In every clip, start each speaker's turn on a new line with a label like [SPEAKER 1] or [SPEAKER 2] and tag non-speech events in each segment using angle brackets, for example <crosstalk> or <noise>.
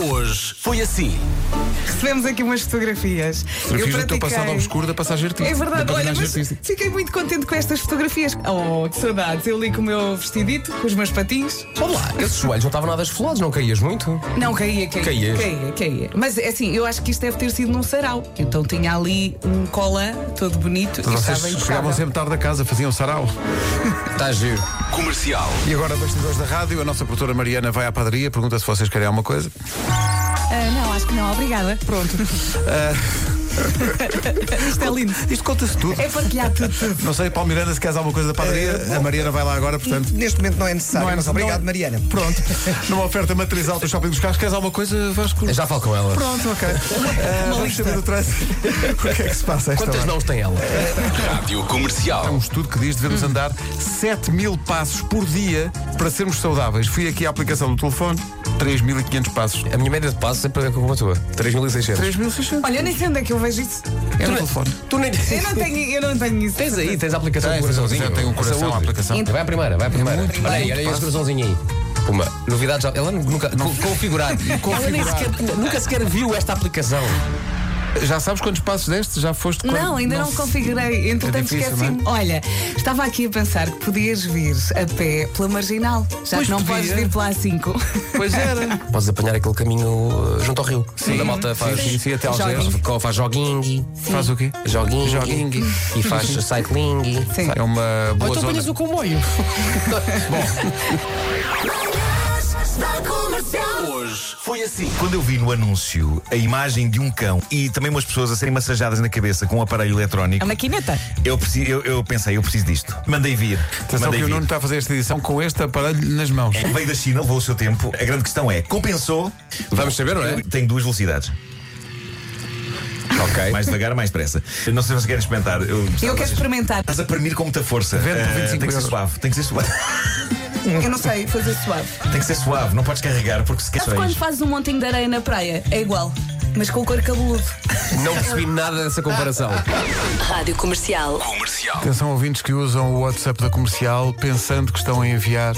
[SPEAKER 1] Hoje foi assim.
[SPEAKER 2] Recebemos aqui umas fotografias.
[SPEAKER 1] Fotografias do teu passado obscuro da passagem artística.
[SPEAKER 2] É verdade,
[SPEAKER 1] da
[SPEAKER 2] olha,
[SPEAKER 1] patinagem
[SPEAKER 2] mas
[SPEAKER 1] artística.
[SPEAKER 2] fiquei muito contente com estas fotografias. Oh, que saudades. Eu li com o meu vestidito, com os meus patins.
[SPEAKER 1] Vamos lá, esses joelhos não estavam nada esfolados, não caías muito?
[SPEAKER 2] Não, caía, caía.
[SPEAKER 1] Caías.
[SPEAKER 2] Caía, caía. Mas é assim, eu acho que isto deve ter sido num sarau. Então tinha ali um colã todo bonito e
[SPEAKER 3] Vocês
[SPEAKER 2] estava
[SPEAKER 3] chegavam
[SPEAKER 2] impecável.
[SPEAKER 3] sempre tarde a casa, faziam sarau.
[SPEAKER 1] Está Tá giro.
[SPEAKER 4] Comercial.
[SPEAKER 3] E agora, bastidores da rádio, a nossa produtora Mariana vai à padaria, pergunta se vocês querem alguma coisa.
[SPEAKER 2] Ah, não, acho que não, obrigada. Pronto.
[SPEAKER 1] Ah.
[SPEAKER 2] <laughs> isto é lindo.
[SPEAKER 3] Isto conta-se tudo.
[SPEAKER 2] É partilhar tudo. tudo.
[SPEAKER 3] Não sei, Paulo Miranda, se queres alguma coisa da padaria, a Mariana vai lá agora, portanto.
[SPEAKER 5] Neste momento não é necessário.
[SPEAKER 3] Não é
[SPEAKER 5] mas
[SPEAKER 3] necessário.
[SPEAKER 5] obrigado, Mariana.
[SPEAKER 3] Pronto. Numa oferta matriz alta do Shopping dos Carros, queres alguma coisa, Vasco?
[SPEAKER 1] Eu É já falo com ela.
[SPEAKER 3] Pronto, ok. Ah, vamos
[SPEAKER 2] lista.
[SPEAKER 3] saber do trânsito. O que é que se passa a esta
[SPEAKER 1] Quantas
[SPEAKER 3] hora?
[SPEAKER 1] mãos tem ela?
[SPEAKER 4] Rádio
[SPEAKER 3] Há um
[SPEAKER 4] Comercial.
[SPEAKER 3] estudo que diz que devemos andar 7 mil passos por dia para sermos saudáveis. Fui aqui à aplicação do telefone, 3.500 passos.
[SPEAKER 1] A minha média de passos é para ver como a tua. 3.600.
[SPEAKER 3] 3.600.
[SPEAKER 2] Olha, eu nem sei onde é que eu vejo isso.
[SPEAKER 3] É
[SPEAKER 1] Tu
[SPEAKER 3] no
[SPEAKER 1] nem-
[SPEAKER 3] telefone.
[SPEAKER 1] Tu nem
[SPEAKER 2] Eu não tenho, eu não tenho isso.
[SPEAKER 1] Tens aí, tens a aplicação
[SPEAKER 3] Tens,
[SPEAKER 1] do coraçãozinho.
[SPEAKER 3] já tem um coração,
[SPEAKER 1] Saúde. Então,
[SPEAKER 3] a aplicação.
[SPEAKER 1] Vai à primeira, vai à primeira.
[SPEAKER 3] muito
[SPEAKER 1] olha aí,
[SPEAKER 3] bom.
[SPEAKER 1] olha aí esse coraçãozinho aí. Puma, novidades. Ela nunca. co- <laughs> Configurar. Ela nem sequer, nunca sequer viu esta aplicação.
[SPEAKER 3] Já sabes quantos passos deste? Já foste quando-
[SPEAKER 2] Não, ainda não,
[SPEAKER 3] se-
[SPEAKER 2] configurei. Entretanto,
[SPEAKER 3] difícil,
[SPEAKER 2] esqueci-me. Olha, estava aqui a pensar que podias vir a pé pela marginal, já
[SPEAKER 3] Pois
[SPEAKER 2] que não
[SPEAKER 3] podia.
[SPEAKER 2] podes vir pela A5.
[SPEAKER 3] <laughs> Pois é. era.
[SPEAKER 1] Podes apanhar aquele caminho uh, junto ao rio. Sim. Onde a malta faz.
[SPEAKER 3] sim, sim, até Algés.
[SPEAKER 1] Joguinho. Faz joguinho.
[SPEAKER 3] Faz o quê?
[SPEAKER 1] Joguinho.
[SPEAKER 3] Joguinho.
[SPEAKER 1] E faz cycling.
[SPEAKER 2] Sim.
[SPEAKER 3] É
[SPEAKER 2] Então
[SPEAKER 3] uma boa zona.
[SPEAKER 1] o comboio.
[SPEAKER 4] Hoje foi assim.
[SPEAKER 6] Quando eu vi no anúncio a imagem de um cão e também umas pessoas a serem massajadas na cabeça com um aparelho
[SPEAKER 2] É
[SPEAKER 6] eletrónico,
[SPEAKER 2] uma quineta.
[SPEAKER 6] eu, preci- eu- eu pensei, eu preciso disto. Mandei vir.
[SPEAKER 3] Atenção
[SPEAKER 6] Mandei
[SPEAKER 3] que o
[SPEAKER 6] vir.
[SPEAKER 3] Nuno está a fazer esta edição com este aparelho nas mãos.
[SPEAKER 6] Veio da China, levou o seu tempo. A grande questão é: compensou?
[SPEAKER 1] Vamos saber, não é?
[SPEAKER 6] Eu Tenho duas velocidades.
[SPEAKER 1] Ok.
[SPEAKER 6] Mais devagar, mais depressa. Eu não sei se vocês querem experimentar. Eu,
[SPEAKER 2] Eu quero experimentar.
[SPEAKER 6] Estás a premir com muita força.
[SPEAKER 3] Vende por
[SPEAKER 6] Eh,
[SPEAKER 3] 25
[SPEAKER 6] tem que ser
[SPEAKER 3] euros.
[SPEAKER 6] suave. Tem que ser suave. <laughs>
[SPEAKER 2] Eu não sei fazer suave.
[SPEAKER 6] tem que ser suave. Não podes carregar porque se
[SPEAKER 2] Sabe quando
[SPEAKER 6] queixas.
[SPEAKER 2] fazes um montinho de areia na praia? É igual, mas com o cor cabeludo.
[SPEAKER 1] Não percebi nada dessa comparação.
[SPEAKER 7] Rádio Comercial.
[SPEAKER 4] Comercial.
[SPEAKER 3] Atenção, ouvintes que usam o WhatsApp da comercial pensando que estão a enviar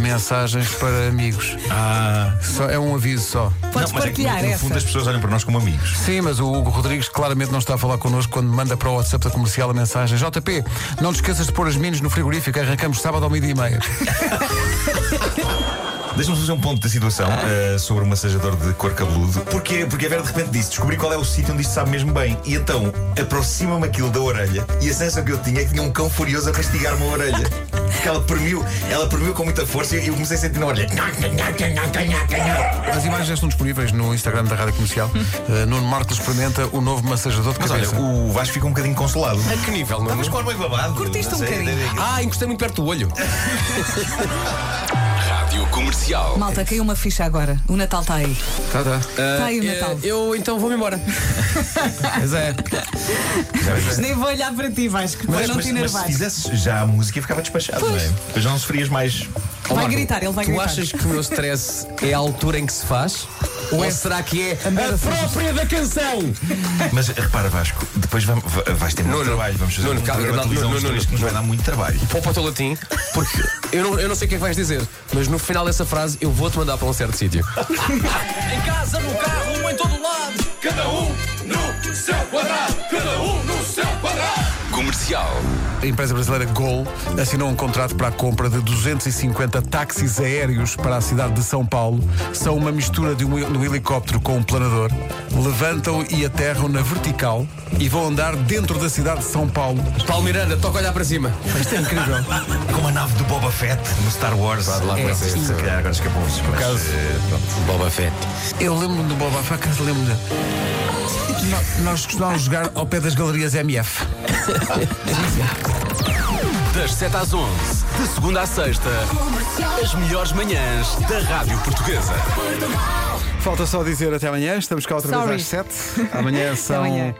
[SPEAKER 3] mensagens para amigos.
[SPEAKER 6] Ah,
[SPEAKER 3] Só- é um aviso só.
[SPEAKER 2] Podes
[SPEAKER 6] mas é que,
[SPEAKER 2] partilhar
[SPEAKER 6] no
[SPEAKER 2] essa.
[SPEAKER 6] fundo as pessoas olham para nós como amigos.
[SPEAKER 3] Sim, mas o Hugo Rodrigues claramente não está a falar connosco quando manda para o WhatsApp da comercial a mensagem: JP, não te esqueças de pôr as minas no frigorífico, arrancamos sábado ao meio-dia e meia.
[SPEAKER 6] Deixa-me fazer um ponto da situação eh, sobre o massajador de cor cabeludo. Porquê? Porque a Vera de repente disse: descobri qual é o sítio onde isto sabe mesmo bem. E então aproxima-me aquilo da orelha e a sensação que eu tinha é que tinha um cão furioso a mastigar-me a orelha. Porque ela premiu, ela premiu com muita força e eu comecei a sentir na orelha.
[SPEAKER 3] As imagens estão disponíveis no Instagram da Rádio
[SPEAKER 6] <laughs>
[SPEAKER 3] Comercial. Eh, Nuno Marcos experimenta o novo massajador de
[SPEAKER 6] Mas olha,
[SPEAKER 3] cabeça.
[SPEAKER 6] o Vasco fica um bocadinho consolado.
[SPEAKER 1] A que nível, não? é?
[SPEAKER 6] Estavas com é o meio babado.
[SPEAKER 2] Curtiste
[SPEAKER 6] Não
[SPEAKER 2] um
[SPEAKER 6] sei,
[SPEAKER 2] bocadinho.
[SPEAKER 6] deve-
[SPEAKER 1] Ah, encostei muito perto do olho.
[SPEAKER 4] Rádio Comercial.
[SPEAKER 2] Malta, caiu uma ficha agora. O Natal está aí.
[SPEAKER 3] Tá, tá.
[SPEAKER 2] Está aí o Natal.
[SPEAKER 1] eu então vou-me embora.
[SPEAKER 3] Pois é.
[SPEAKER 2] Nem vou olhar para ti, Vasco, para
[SPEAKER 6] Mas,
[SPEAKER 2] não te
[SPEAKER 6] é mas, mas se
[SPEAKER 2] enervar.
[SPEAKER 6] fizesse já a música ficava despachado, não é? Depois já não sofrias mais.
[SPEAKER 2] Vai gritar, ele vai
[SPEAKER 1] Tu
[SPEAKER 2] gritar.
[SPEAKER 1] achas que o meu stress é a altura em que se faz? Ou é- será que é a própria da canção?
[SPEAKER 6] Mas repara, Vasco, depois vamos- va- vais ter muito
[SPEAKER 1] Nuno,
[SPEAKER 6] trabalho. Vamos fazer
[SPEAKER 1] Nuno,
[SPEAKER 6] um
[SPEAKER 1] calma,
[SPEAKER 6] programa de
[SPEAKER 1] Nuno,
[SPEAKER 6] televisão
[SPEAKER 1] Nuno,
[SPEAKER 6] sobre isto que nos vai dar muito trabalho.
[SPEAKER 1] Poupa o teu latim, porque eu não, eu não sei o que é que vais dizer, mas no final dessa frase eu vou-te mandar para um certo sítio.
[SPEAKER 8] <laughs> Em casa, no carro, em todo lado.
[SPEAKER 4] Cada um no seu quadrado. Cada um no seu quadrado. Comercial.
[SPEAKER 3] A empresa brasileira Gol assinou um contrato para a compra de 250 táxis aéreos para a cidade de São Paulo. São uma mistura de um, hel- de um helicóptero com um planador. Levantam e aterram na vertical e vão andar dentro da cidade de São Paulo.
[SPEAKER 1] Paulo Miranda, toca a olhar para cima.
[SPEAKER 3] Isto é incrível.
[SPEAKER 6] É Como a nave do Boba Fett no Star Wars. Lá
[SPEAKER 1] com essa-
[SPEAKER 6] se calhar agora escapou-se. Mas,
[SPEAKER 3] caso-
[SPEAKER 6] eh, pronto.
[SPEAKER 1] Boba Fett.
[SPEAKER 3] Eu lembro-me do Boba Faca, lembro-me de... No- Nós costumávamos jogar ao pé das galerias MF.
[SPEAKER 8] Das 7 às 11, de segunda à sexta, as melhores manhãs da Rádio Portuguesa.
[SPEAKER 3] Falta só dizer até amanhã, estamos cá outra
[SPEAKER 2] Sorry.
[SPEAKER 3] vez às 7.
[SPEAKER 2] <laughs>
[SPEAKER 3] Amanhã são.
[SPEAKER 2] amanhã.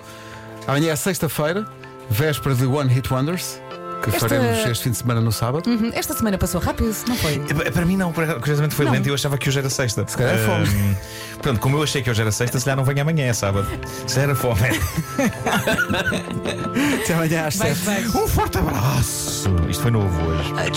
[SPEAKER 3] Amanhã é sexta-feira, véspera de One Hit Wonders, que
[SPEAKER 2] Esta-
[SPEAKER 3] faremos este fim de semana no sábado.
[SPEAKER 2] Uhum, Esta semana passou rápido, não foi?
[SPEAKER 6] Eh, Para mim, não, por- curiosamente foi lento. Eu achava que hoje era sexta. Se
[SPEAKER 3] calhar é fome.
[SPEAKER 6] Pronto, como eu achei que hoje era sexta, se calhar não venho amanhã, é sábado. Se calhar era <laughs> fome.
[SPEAKER 3] Até amanhã às
[SPEAKER 2] Vai,
[SPEAKER 3] 7.
[SPEAKER 2] vai.
[SPEAKER 6] Um forte abraço. Isto foi novo hoje.